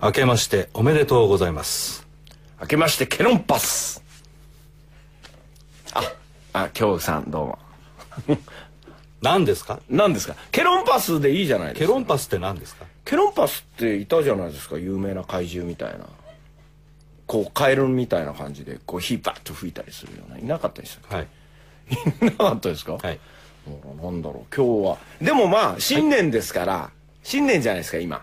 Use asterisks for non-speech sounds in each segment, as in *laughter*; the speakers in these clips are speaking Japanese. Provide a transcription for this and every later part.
明けましておめでとうございます明けましてケロンパスああ京さんどうも何ですか何ですかケロンパスでいいじゃないでケすかロンパスって何ですかケロンパスっていたじゃないですか有名な怪獣みたいなこうカエルみたいな感じでこう火バッと吹いたりするようないなかった *laughs* ですはいいなかったですか、はいあらなんだろう今日はでもまあ新年ですから、新年じゃないですか今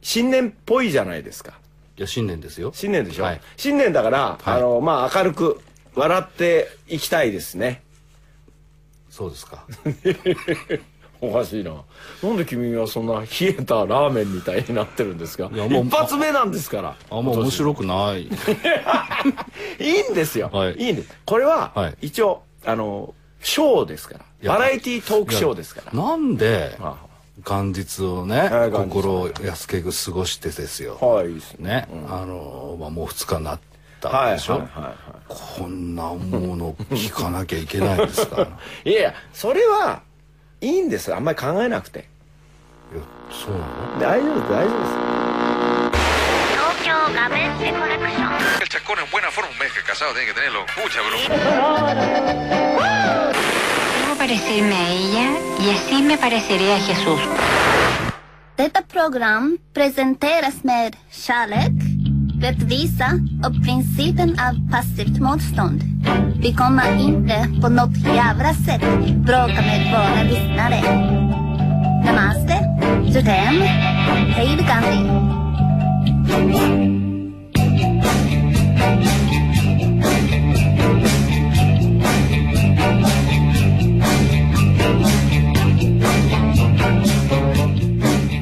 新年っぽいじゃないですかいや新年ですよ新年でしょ、はい新年だから、はいあのまあ明るく笑っていきたいですねそうですかおかしいななんで君はそんな冷えたラーメンみたいになってるんですかいやもう一発目なんですからあんま面白くないいいんですよ、はいい、いんですこれは、はい一応あのショーですからやバラエティートークショーですからなんであ元日をねはい元日心を安けく過ごしてですよはいいいですね、ねあのまあ、もう2日になったはいでしょ、はいはいはいこんなもの聞かなきゃいけないん *laughs* ですからいいやいやそれはいいんですあんまり考えなくてやそうなの大丈夫です大丈夫です東京ガベッセコレクション El chacón en buena forma, un mes que casado tiene que tenerlo. Pucha, bro. Debo parecerme a ella y así me pareceré a Jesús. Detta program presenteras med kärlek, rättvisa och principen av passivt motstånd. Vi kommer inte på något jävla sätt bråka med våra lyssnare. Namaste, Jodem, Hej då, Gandhi.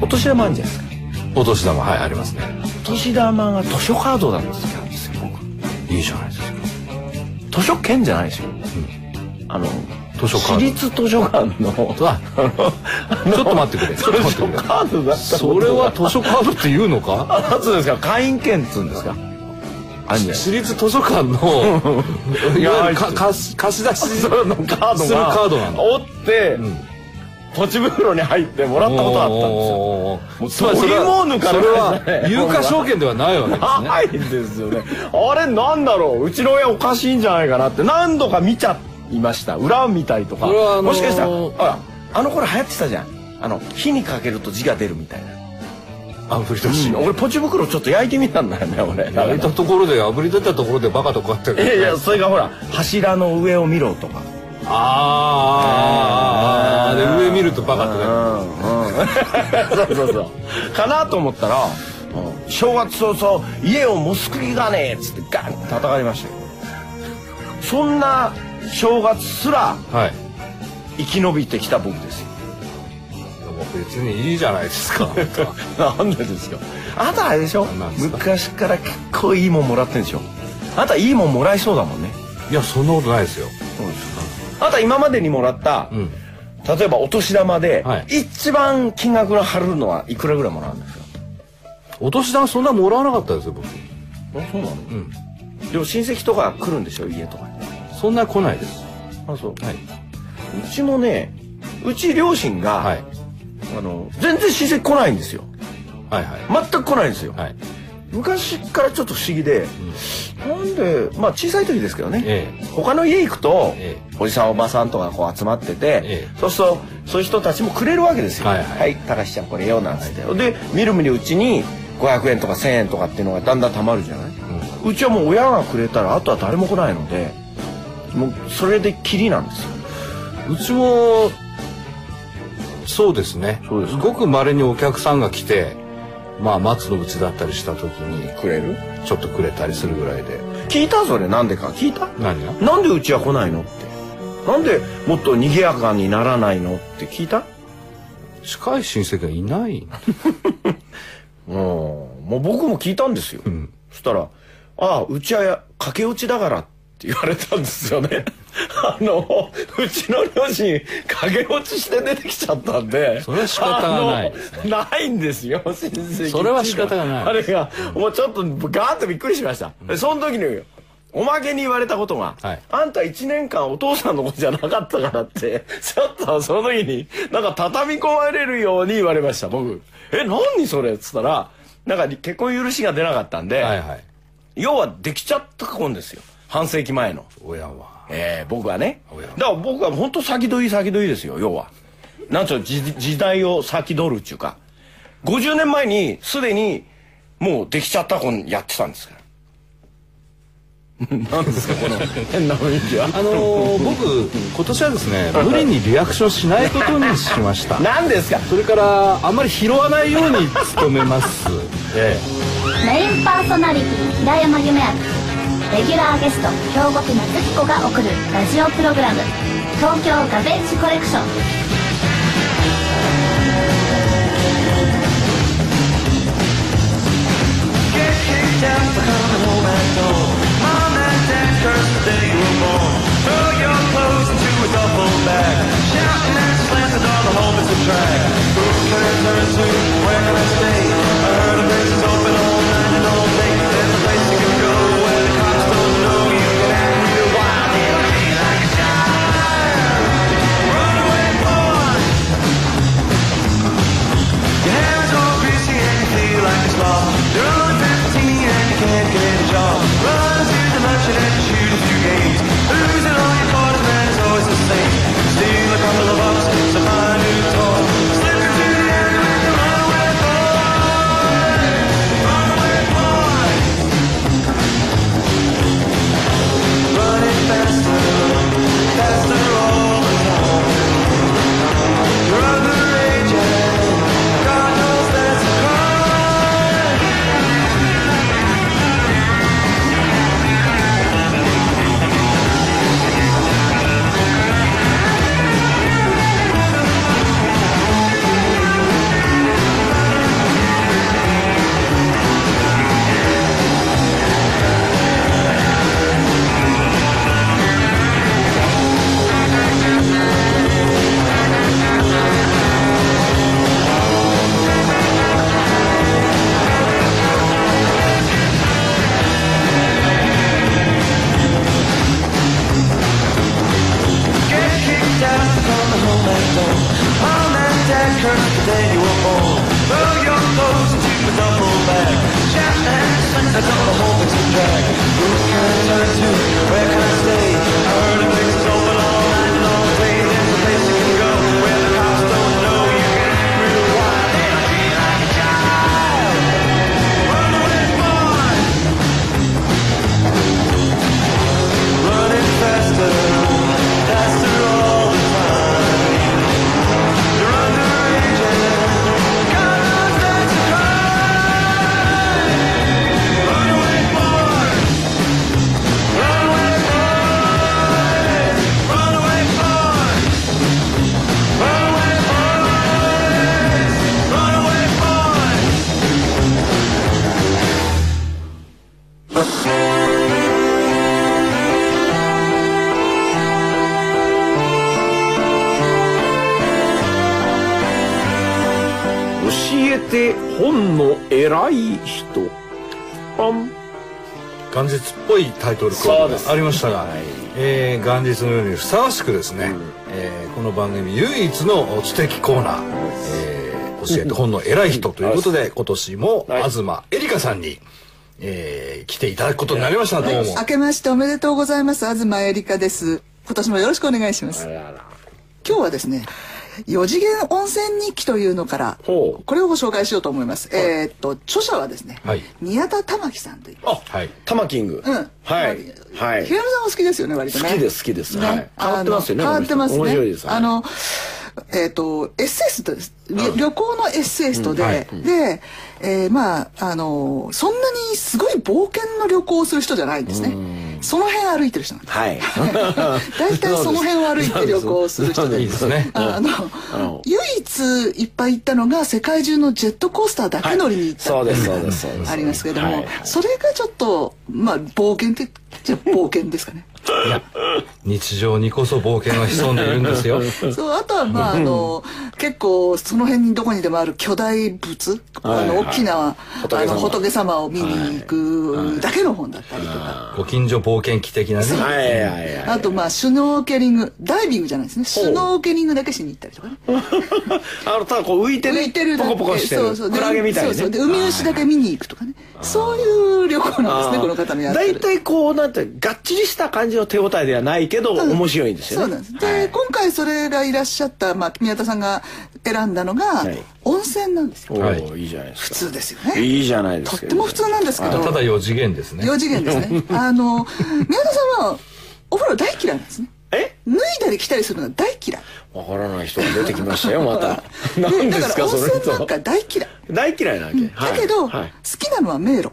お年玉あるんじゃないですかお年玉はいありますねお年玉が図書カードなんですよですよ僕いいじゃないです *laughs* か図書券じゃないですよ、あの図書カード私立図書館 *laughs* のあちょっと待ってくれちょっと図待って書くれカードだったそれは図書カードって言うのかあそうですか会員券っつうんですかあんじゃない私立図書館のいわゆるか貸し貸し出しするそのカードがカードなんだ折って、ポチ袋に入ってもらったことあったんですよんですよそれもうリモーヌからはそれは有価証券ではないわけですねないですよねあれなんだろううちの親おかしいんじゃないかなって何度か見ちゃいました裏を見たりとか、これはあのーもしかしたらほらあの頃流行ってたじゃんあの火にかけると字が出るみたいな、あぶり出し俺ポチ袋ちょっと焼いてみたんだよねや俺れたところであぶり出たところでバカとかっていやいやそれがほら柱の上を見ろとかあーあーあーあーで上見るとバカってなるそうそうそう。かなと思ったら、正月早々家をモスクギがねえっつってガンって叩かれましたよ。そんな正月すらはい生き延びてきた僕ですよ。いやもう別にいいじゃないですかなんでですか。あなたあれでしょなんですか昔から結構いいもんもらってんでしょ。あなたいいもんもらいそうだもんね。いやそんなことないですよあなた今までにもらった、ん例えばお年玉で、はい一番金額が張るのはいくらぐらいもらうんですかお年玉そんなもらわなかったですよ僕あそうなの、でも親戚とか来るんでしょ家とかにそんな来ないですあそうはいうちもねうち両親が、はいあの全然親戚来ないんですよはいはい全く来ないんですよ、はい昔からちょっと不思議で、なんでまあ小さい時ですけどね、え他の家行くと、ええおじさんおばさんとかこう集まってて、ええそうするとそういう人たちもくれるわけですよはいはいはい高橋ちゃんこれよ」なんつって、でみるみるうちに500円とか1,000円とかっていうのがだんだん貯まるじゃない、うちはもう親がくれたらあとは誰も来ないのでもうそれできりなんですようちもそうですねそうですかごくまれにお客さんが来てまあ松の内だったりした時にくれるちょっとくれたりするぐらいで聞いたそれなんでか聞いた何がなんでうちは来ないのってなんでもっと賑やかにならないのって聞いた近い親戚がいないうんもう僕も聞いたんですよ、そしたら「ああうちはや駆け落ちだから」って言われたんです *laughs* よねあのうちの両親駆け落ちして出てきちゃったんでそれは仕方がないあのないんですよ親戚それは仕方がないあれがもうちょっとガーッとびっくりしました、でその時におまけに言われたことが、はいあんた1年間お父さんの子じゃなかったからっ *laughs* て、ちょっとその時に、なんか畳み込まれるように言われました、僕。え、何それっつったら、なんか結婚許しが出なかったんで、はいはい。要はできちゃった子んですよ半世紀前の、親は。えー僕はねおやだから僕は本当先取り先取りですよ要はなんつうの時時代を先取るっていうか50年前にすでにもうできちゃった子やってたんです *laughs* からなんですかこの変な雰囲気はあのー、僕、今年はですね、無理にリアクションしないことにしました。何ですかそれから、あんまり拾わないように努めます。 *laughs* えメインパーソナリティ平山夢明レギュラーゲスト京極夏彦が送るラジオプログラム「東京ガベージコレクション」教えて本の偉い人パンえ元日っぽいタイトルコーそうルですがありましたが、はいえー元日のようにふさわしくですね、えーこの番組唯一の知的コーナー、えー教えて本の偉い人ということで、今年もはい東エリカさんに、えー来ていただくことになりましたどうも明けましておめでとうございます東えりかです今年もよろしくお願いしまあすらら今日はですね四次元温泉日記というのからほこうれをご紹介しようと思います、えーっと著者はですね、はい宮田玉樹さんというあはいタマキング、うんはいはい平山さんお好きですよね割と好ねきです好きです、ねはい、変わってますよねあの変わってますねこの人面白いですあのえっ、とエッセイストです、旅行のエッセイストで、で、えーまああのそんなにすごい冒険の旅行をする人じゃないんですねその辺歩いてる人なんですはい *laughs* 大体その辺を歩いて旅行をする人いでいですねあのの唯一いっぱい行ったのが世界中のジェットコースターだけ乗りに行った、そうですそうですそうですありますけれども、はいはいそれがちょっとまあ冒険ってじゃあ冒険ですかね日常にこそ冒険は潜んでいるんですよ。そうあとはまああの結構その辺にどこにでもある巨大仏あの大きなあの仏様を見に行くだけの本だったりとかご近所冒険記的なね。はいはいはい。あとまあシュノーケリングダイビングじゃないですねシュノーケリングだけしに行ったりとかねあの、ただこう浮いて浮ねいてる、ポコポコしてる。でクラゲみたいそうそうにでね。海牛だけ見に行くとかねそういう旅行なんですねこの方のやって大る体こう、なんて、がっちりした感じの手応えではないけど、面白いんですそようなねん。です。で、今回それがいらっしゃった、まあ、宮田さんが選んだのが、い温泉なんですよ。おはいーいいじゃないです普か。通ですよね。いいじゃないですとか。っても普通なんですけど、ただ4次元ですね。 4次元ですね。あの、宮田さんは、お風呂大嫌いなんですね。え脱いだり着たりするのが大嫌い。わからない人が出てきましたよ、ま *laughs* た。何ででだすからか、温それ泉なんと。か大嫌い。大嫌いなわけ。だけど、はいはい好きなのは迷路。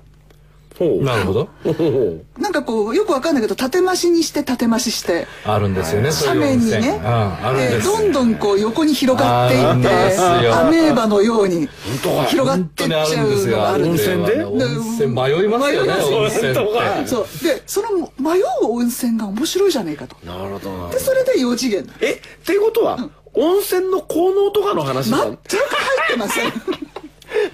ほうなるほど。ほうほうほうなんかこう、よくわかんないけど、縦増しにして縦増しして。あるんですよね、そう斜いう温面に泉。ね、うん、あるんでです。どんどんこう横に広がっていあるんってですよアメーバのように当か広がっ本て当っちにあるゃんでうすのがよ。ああるれんは温泉で温泉迷いますよね、迷い温ます泉よっ本当かて。そうでその迷う温泉が面白いじゃねえかとなるほどなでそれで4次元全くえ、っていうことは、温泉の効能とかの話な入のって *laughs* ません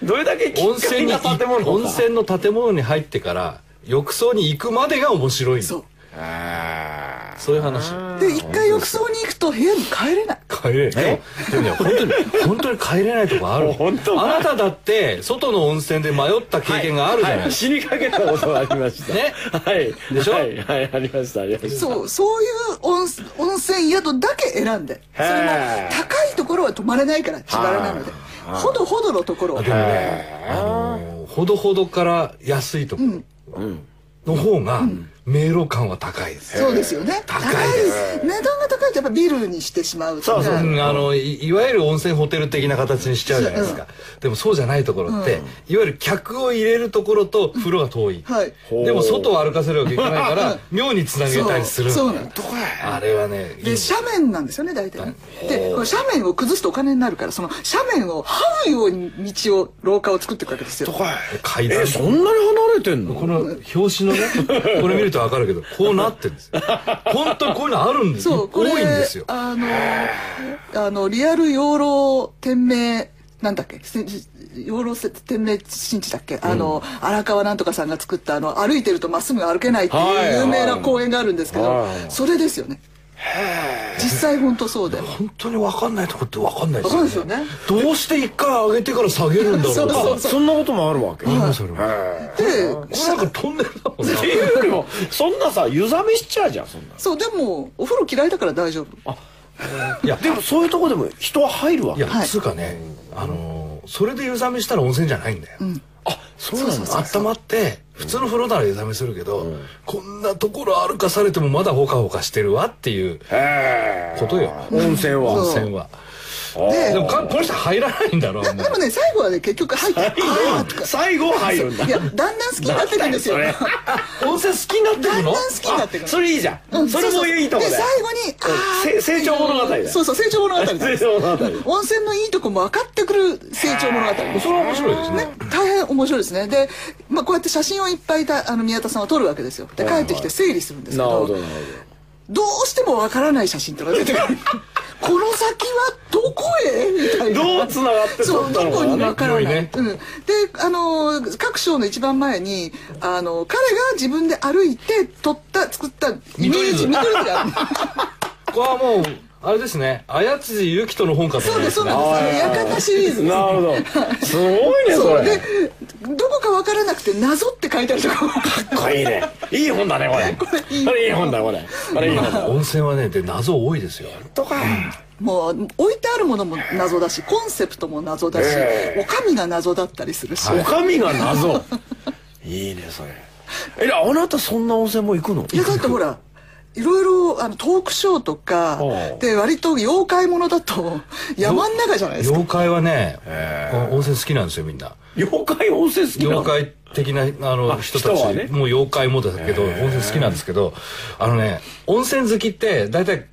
どれだけ温奇泉怪にな建物か温泉の建物に入ってから浴槽に行くまでが面白いそあそういう話うで一回浴槽に行くと部屋に帰れない帰れでもでもね本当に本当に帰れないとこある本当あなただって外の温泉で迷った経験があるじゃないー死にかけたことがありました。ねはい。でしょはい、はい、ありました、ありました。そうそういう温泉温泉宿だけ選んでそれもへー高いところは泊まれないから自腹なのでほどほどのところをでもねあのーほどほどから安いところの方が迷路感は高いですそうですよね高高いいです値段が高いとやっぱビルにしてしまうとそうかそううんあのいいわゆる温泉ホテル的な形にしちゃうじゃないですか、でもそうじゃないところって、いわゆる客を入れるところと風呂が遠い、はいでも外を歩かせるわけいかないから妙につなげたりするそうそうなんどこやあれはねいいで斜面なんですよね大体ねでこの斜面を崩すとお金になるからその斜面を這うように道を廊下を作っていくわけですよどこや階段え、そんなに離れてんのこの表紙の *laughs* ねこれ見ると分かるけどこうなってるんですよ本当にこういうのあるんですそうよこ多れいんですよあのあのリアル養老天命なんだっけせ養老せ天命神地だっけ、あの荒川なんとかさんが作ったあの歩いてるとまっすぐ歩けないってはいはいいう有名な公園があるんですけど、はいそれですよね実際本当そうで本当に分かんないとこって分かんないですそようねですよねどうして一回上げてから下げるんだろうそうそうあそんなこともあるわけ。何それはでこれなんかトンネルだもんなっていうよりも、そんなさ、湯冷めしちゃうじゃん、そんな。そうでもお風呂嫌いだから大丈夫いやでも、そういうとこでも人は入るわいけや、。はいつうかね、あのーそれで湯冷めしたら温泉じゃないんだよ。あ、そうなんだ。温まって、普通の風呂なら湯冷めするけど、こんなところ歩かされてもまだほかほかしてるわっていうへことよ。ー温泉は。温泉は。ででもか、この人入らないんだろう、もでもね最後はね結局入ってあーとか最後は入るんだい。やだんだん好きになってくんですよなんだよそれう。温泉好きになってだるんのだん好きになってくるそれいいじゃん、うんそれもいいとこそうそうだでよ最後にあせー成長物語だよそうそう成長物語だ成長物語温泉のいいとこも分かってくる成長物語それは面白いですね。大変面白いですねで、まあ、こうやって写真をいっぱいたあの宮田さんは撮るわけですよで帰ってきて整理するんですけなるほどどなるどうしても分からない写真とか出てくるこの先はどこへみたいほなどどうつながってそ撮うったのどこにかわなからない、ねうん、であのー各章の一番前にあのー彼が自分で歩いて撮った作ったイメージ見見取り図があるここはもう、あれですね、綾辻ゆきとの本かとそう思いでますすそうなんね。ですあの館シリーズなるほどすごいねそそれうでどこかわからなくて「謎」って書いてあるところこれいいねいい本だねこれこれいい本だこれこれいい本だ温泉はね、で、謎多いですよ。とかもう置いてあるものも謎だしコンセプトも謎だし、おかみが謎だったりするし、おかみが謎いいねそれえあなたそんな温泉も行くのいやだってほらいろいろあのトークショーとかおうで割と妖怪ものだと山ん中じゃないですか妖怪はね、温泉好きなんですよ、みんな。妖怪温泉好きなの妖怪的なあのあ人人たちはねもう妖怪もだけど温泉好きなんですけどあのね温泉好きって大 *laughs* 体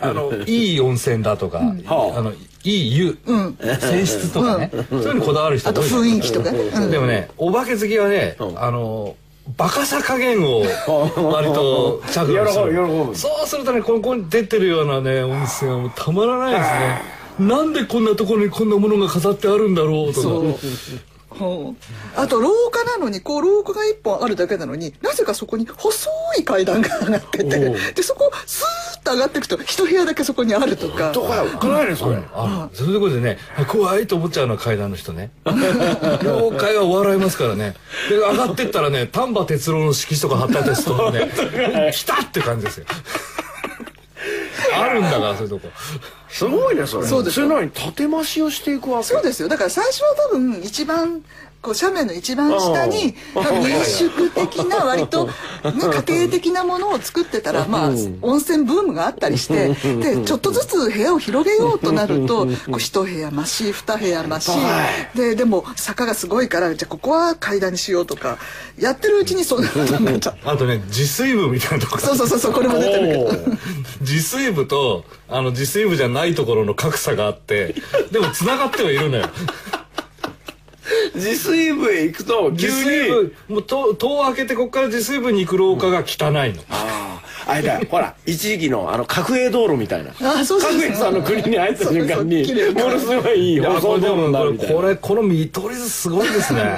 あのいい温泉だとか、はああのいい湯、泉質とかね、そういうのにこだわる人あ多といじゃん雰囲気とかね、うんでもねお化け好きはね、あのバカさ加減 *laughs* を割と着目す喜ぶ喜るぶそうするとねここに出てるようなねお店はもうたまらないですねなんでこんなところにこんなものが飾ってあるんだろうとかそううんあと廊下なのにこう廊下が一本あるだけなのになぜかそこに細い階段が上がっておうてでそこスーッと上がっていくと一部屋だけそこにあるとかとか浮かないですこれあそういうことでねあ怖いと思っちゃうのは階段の人ね *laughs* 妖怪は笑いますからねで上がってったらね丹波哲郎の色紙とか貼ったテストもね *laughs* 「来た!」って感じですよあるんだからそういうとこすごいねそれそうですそれなのに縦増しをしていくわけそうですよだから最初は多分一番こう斜面の一番下にあ多あ分民宿的な割と、ね、家庭的なものを作ってたら、まあ、温泉ブームがあったりしてでちょっとずつ部屋を広げようとなるとこう一部屋増し二部屋増しででも坂がすごいからじゃあここは階段にしようとかやってるうちにそんなことにな *laughs* っちゃうあとね自炊部みたいなとこそうそうそうそうこれも出てるけどおー自炊部とあの自炊部じゃないところの格差があってでもつながってはいるのよ *laughs* 自炊部へ行くと自急炊に部もう戸戸を開けてここから自炊部に行く廊下が汚いのあああれ *laughs* だよほら一時期のあの角栄道路みたいなあそうそう角そう栄さんの国に入った瞬間にそうそうものすごいいいいや放こ送れで道路にもなこるれみたいなこれこの見取り図すごいです *laughs* ねは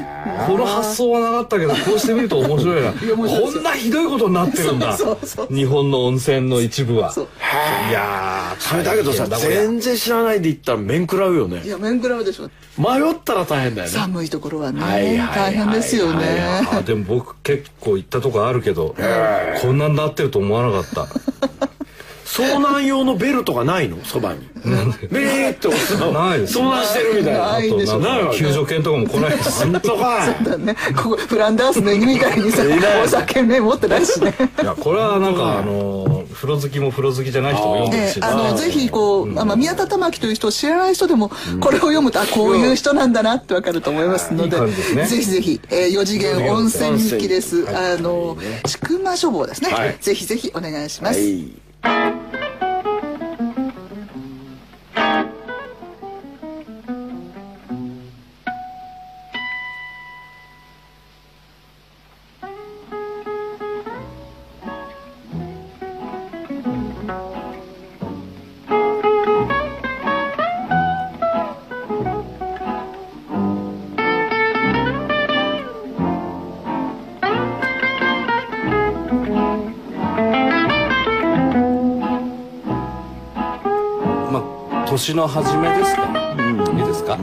いこの発想はなかったけどこうしてみると面白いな面白いでこんなひどいことになってるんだ *laughs* そうそうそう日本の温泉の一部はそういやーそれだけどさ大変だこれ全然知らないで行ったら面食らうよねいや面食らうでしょ迷ったら大変だよね寒いところはね、はいはいはい大変ですよね、あでも僕結構行ったとこあるけどこんなになってると思わなかった遭難用のベルとかないのそばにベーって押すのないです遭難してるみたいなあないでしょとなんないか救助犬とかも来ない *laughs* です本当かいだね、ここフランダースの犬みたいにさいないお酒ね持ってないしね、いやこれはなんかあの風呂好きも風呂好きじゃない人も読んでるえしえあのぜひこう、あまあ、宮田玉樹という人を知らない人でもこれを読むと、あこういう人なんだなってわかると思いますいのでい感じですねぜひぜひ、えー、4次元温泉日記です、あの千曲書房ですね、はいぜひぜひお願いしまはす、いまあ、年の初めですか、いいですか、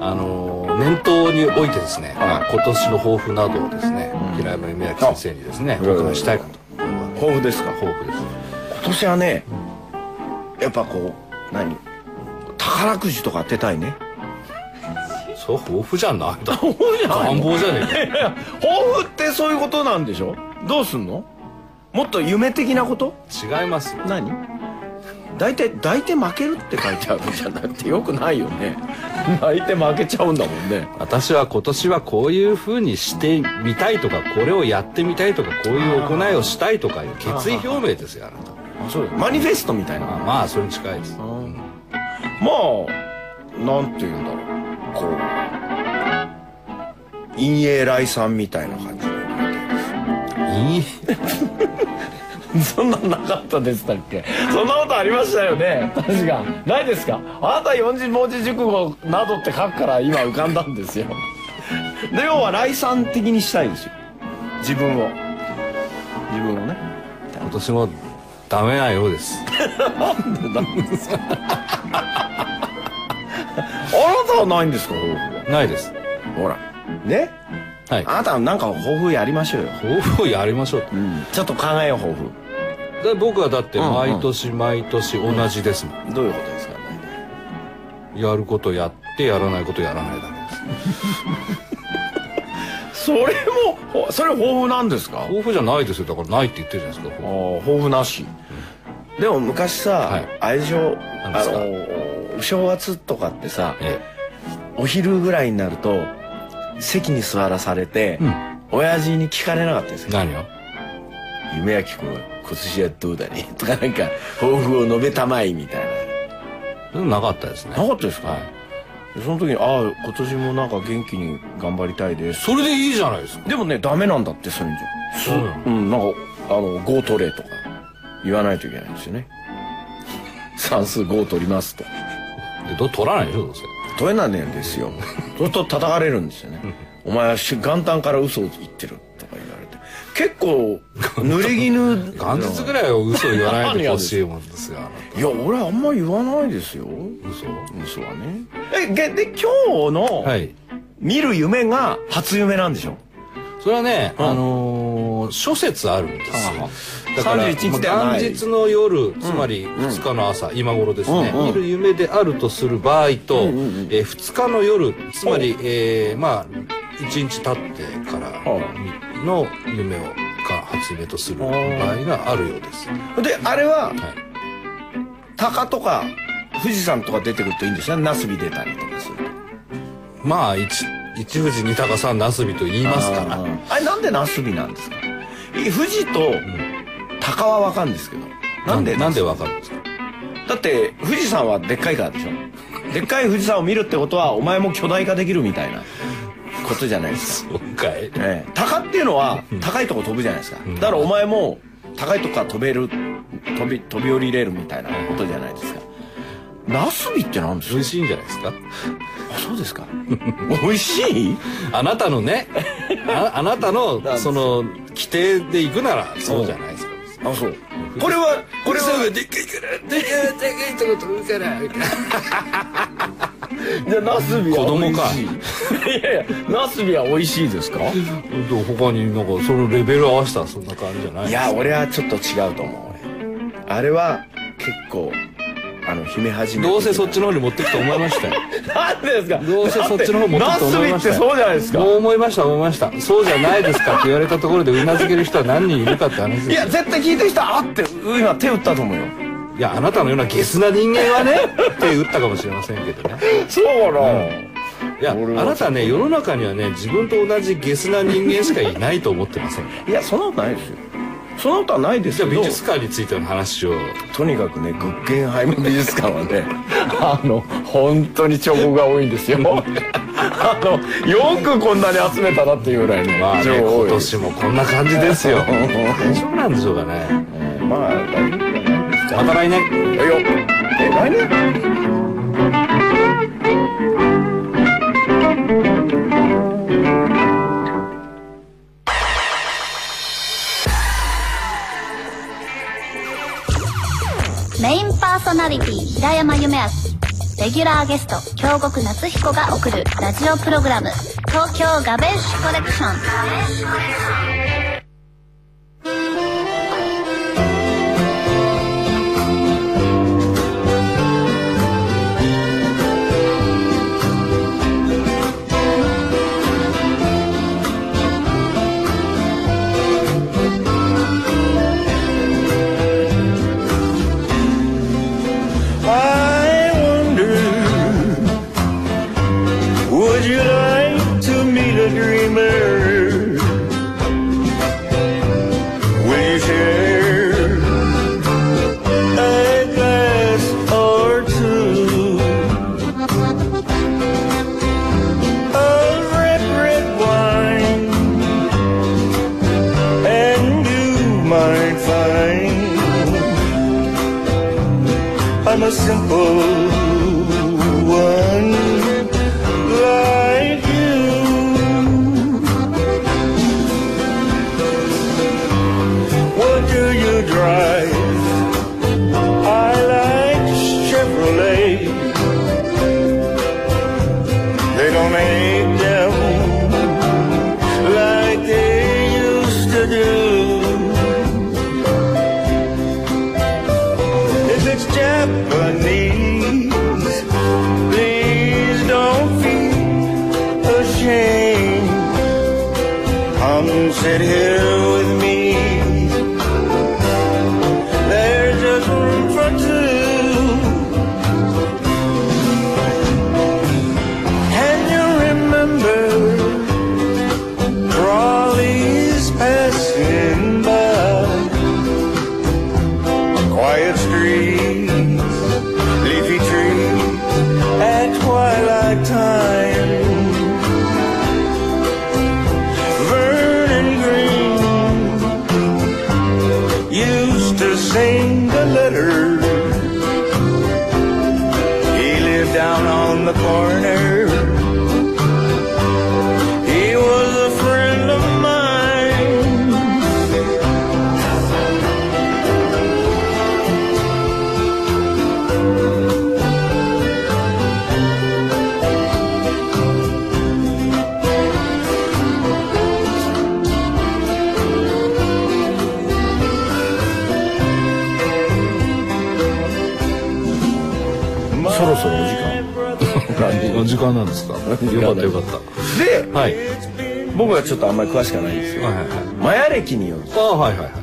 あのー年頭においてですね、まあ今年の抱負などをですね、平山夢明先生にですねお伺いしたいかと抱負ですか抱負です今年はねやっぱこう何宝くじとか当てたいねそう抱負じゃないだろ抱負じゃ願望じゃねえか抱負ってそういうことなんでしょどうすんのもっと夢的なこと違いますよ何大体大体負けるって書いてあるん *laughs* じゃなくてよくないよ *laughs* ね泣いて負けちゃうんだもんね私は今年はこういうふうにしてみたいとかこれをやってみたいとかこういう行いをしたいとかいう決意表明ですよあなたあそうマニフェストみたいなまあまあそれに近いですうんまあなんて言うんだろうこう陰影来さんみたいな感じいい *laughs* そんなんなかったでしたっけそんなことありましたよね確かないですかあなた四字文字熟語などって書くから今浮かんだんですよ *laughs* で要は来さん的にしたいですよ自分を自分をね今年もダメなようですあなたはないんですか抱負はないですほらねはいあなたはなんか抱負やりましょうよ、抱負をやりましょうとちょっと考えよう抱負で僕はだってうんうん毎年毎年同じですもん、どういうことですかねやることやってやらないことやらないだけですそれもほそれ抱負なんですか抱負じゃないですよだからないって言ってるじゃないですか抱負ああ抱負なし、でも昔さ、はい愛情何であすかの正月とかってさえお昼ぐらいになると席に座らされて、ん親父に聞かれなかったですえよ何を「夢明君今年はどうだね」 *laughs* とかなんか抱負を述べたまいみたいでもなかったですねななかったですか、はいでその時に「ああ今年もなんか元気に頑張りたいですそれでいいじゃないですか」でもねダメなんだってそういうんじゃそうなのうんなんかあの「5取れ」とか言わないといけないんですよね算数5取りますとでど取らないでしょどうせ取れないんですよそうすると叩かれるんですよね「お前はし元旦から嘘を言ってる」とか言われて結構濡れ衣 *laughs* 元日ぐらいは嘘言わないでほしいもんですがいや俺あんま言わないですよ嘘嘘はねえげで今日の、はい見る夢が初夢なんでしょそれはね、うんあのー諸説あるんですよはだから31日ではまなあい元日の夜つまり2日の朝、今頃ですね、うんうん見る夢であるとする場合と、え2日の夜つまり、えーまあ1日経ってからの夢をか初夢とする場合があるようです、は、であれはい鷹とか富士山とか出てくるといいんですよねナスビ出たりとかするとまあ一一富士二鷹三なすびと言いますからあーあれなんでナスビなんですかい富士と鷹はわかるんですけどなんでななんでわかるんですかだって富士山はでっかいからでしょでっかい富士山を見るってことはお前も巨大化できるみたいなことじゃないですそかうかいええ、鷹っていうのは高いとこ飛ぶじゃないですか、だからお前も高いとこから飛べる飛び飛び降りれるみたいなことじゃないですかナスビってなんです美か味しいんじゃないですかあそうですか *laughs* 美味しいあなたのねああなたのその規定で行くならそうじゃないですかあそうこれはこれはでっかいからでっかいでっかいとこ飛ぶからじゃあナスビ子供かいいやいやナスビは美味しいですか他になんかそのレベル合わせたらそんな感じじゃないいや俺はちょっと違うと思う俺あれは結構あの姫始め的などうせそっちの方に持ってくと思いま *laughs* したよなんでですかどうせそっちの方持ってくと思いましたナスビってそうじゃないですかもう思いました思いましたそうじゃないですかって言われたところでうなずける人は何人いるかって話ですよいや絶対聞いてる人はあってう今手打ったと思うよいやあなたのようなゲスな人間はねって打ったかもしれませんけどねそうかな、いやあ俺はなたね世の中にはね自分と同じゲスな人間しかいないと思ってませんいやそんなことないですよそんなことはないですじゃけあど美術館についての話をとにかくねグッゲンハイム美術館はねあの本当に彫刻が多いんですよ *laughs* あのよくこんなに集めたなっていうぐらいねまあね情報多今い年もこんな感じです *laughs* よ大丈夫なんでしょうかねまあ大丈夫じゃないですかまた来年よいよえ来年メインパーソナリティ平山夢明レギュラーゲスト京極夏彦が送るラジオプログラム「東京ガベッシュコレクション」 I wonder Would you like to meet a dreamer? Will you share a glass or two of red, red wine? And you might find I'm a simple one like you. What do you drive? I like Chevrolet. They don't make them like they used to do. If it's Japanese, please don't feel ashamed. Come sit here with me. There's just room for two. Can you remember trolleys passing by? quiet streets, leafy trees at twilight *laughs* *laughs* の時間なんですか。よかったよかった。ではい。僕はちょっとあんまり詳しくはないんですよはいはいはい。マヤ歴によるああはいはいと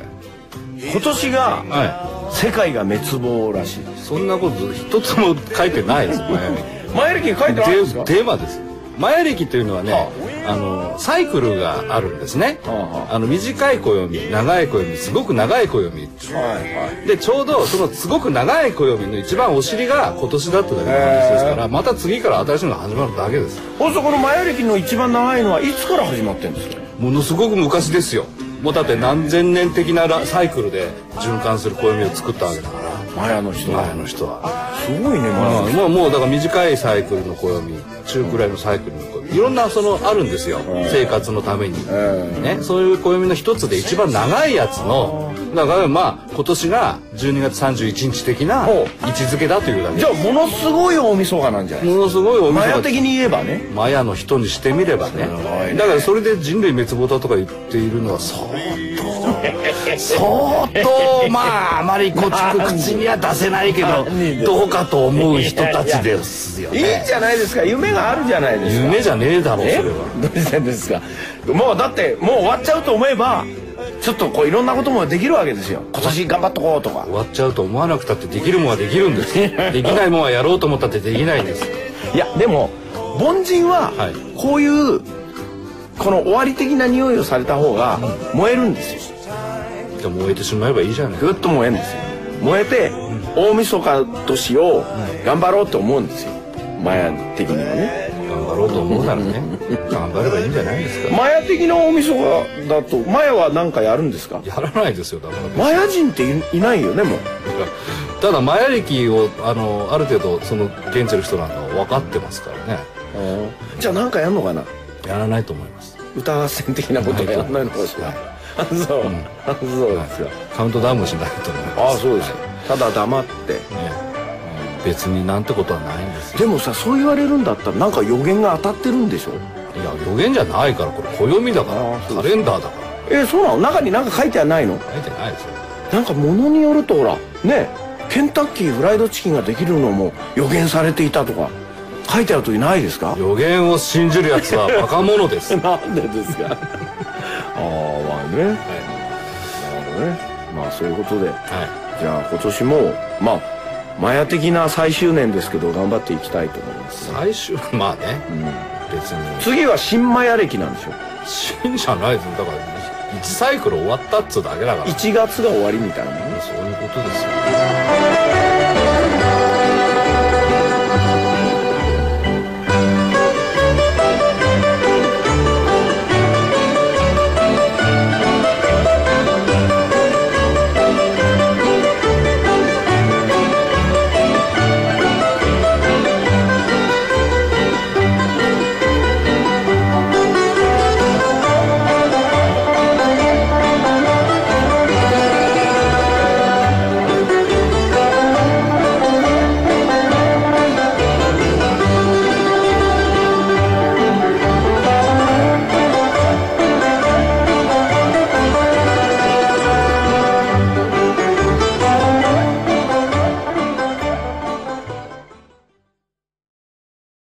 今年がはい。は世界が滅亡らしいでい。すそんなこと一つも書いてない *laughs* です。マヤ歴。マヤ歴に書いてあるんですかテーマです。マヤ歴というのはね、あのサイクルがあるんですね。はあはあの短い暦、長い暦、すごく長い暦っていう。はいはいでちょうどそのすごく長い暦の一番お尻が今年だっただけの話ですから、また次から新しいのが始まるだけです。ほんとこのマヤ歴の一番長いのはいつから始まってんですかものすごく昔ですよもうだって何千年的なラサイクルで循環する暦を作ったわけだからマヤの人マヤの人は、すごいねマヤのうん、もうもうだから短いサイクルの暦中くらいのサイクルの暦いろんなそのあるんですよ、生活のために、ね、そういう暦の一つで一番長いやつのだからまあ今年が12月31日的なほ位う置づけだというだけじゃあものすごい大晦日なんじゃないでもすのすごいおかマ店ヤが的に言えばねマヤの人にしてみればねいねだからそれで人類滅亡だとか言っているのは相当相当まああまりこち口には出せないけどどうかと思う人たちですよいいんねじゃないですか夢があるじゃないですか夢じゃねえだろうえそどれはうしたんですかもうだってもう終わっちゃうと思えばちょっとこういろんなこともできるわけですよ今年頑張っとこうとか終わっちゃうと思わなくたってできるもんはできるんですできないもんはやろうと思ったってできないんですいやでも凡人ははいこういうこの終わり的な匂いをされた方が燃えるんですよでも燃えてしまえばいいじゃないぐっと燃えるんですよ燃えて大晦日年を頑張ろうと思うんですよマヤ的にはね頑張ろうと思うならね頑張ればいいんじゃないですかマヤ的な大晦日だとマヤは何かやるんですかやらないですよだからマヤ人っていいないよねもうただマヤ歴をあのある程度その現地の人なんかは分かってますからねじゃあ何かやるのかなやらないと思います歌合戦的なことやらないのかしら。あそう、あそうですよ。カウントダウンもしないと思いますあそうですよ。ただ黙って。ね別になんてことはないんですよでもさそう言われるんだったらなんか予言が当たってるんでしょ。いや予言じゃないからこれ暦だかあーそうらカレンダーだからえそうなの中に何か書いてはないの？書いてないですよなんか物によるとほらねケンタッキーフライドチキンができるのも予言されていたとか書いてあるときないですか？予言を信じるやつはバカ者です *laughs* なんでですか。あ *laughs* あまあね。なるほどね。まあそういうことで。はじゃあ今年もまあマヤ的な最終年ですけど頑張っていきたいと思います、い最終まあね別に次は新マヤ歴なんでしょ死んじゃないですよだから1サイクル終わったっつうだけだから1月が終わりみたいなそういうことですよ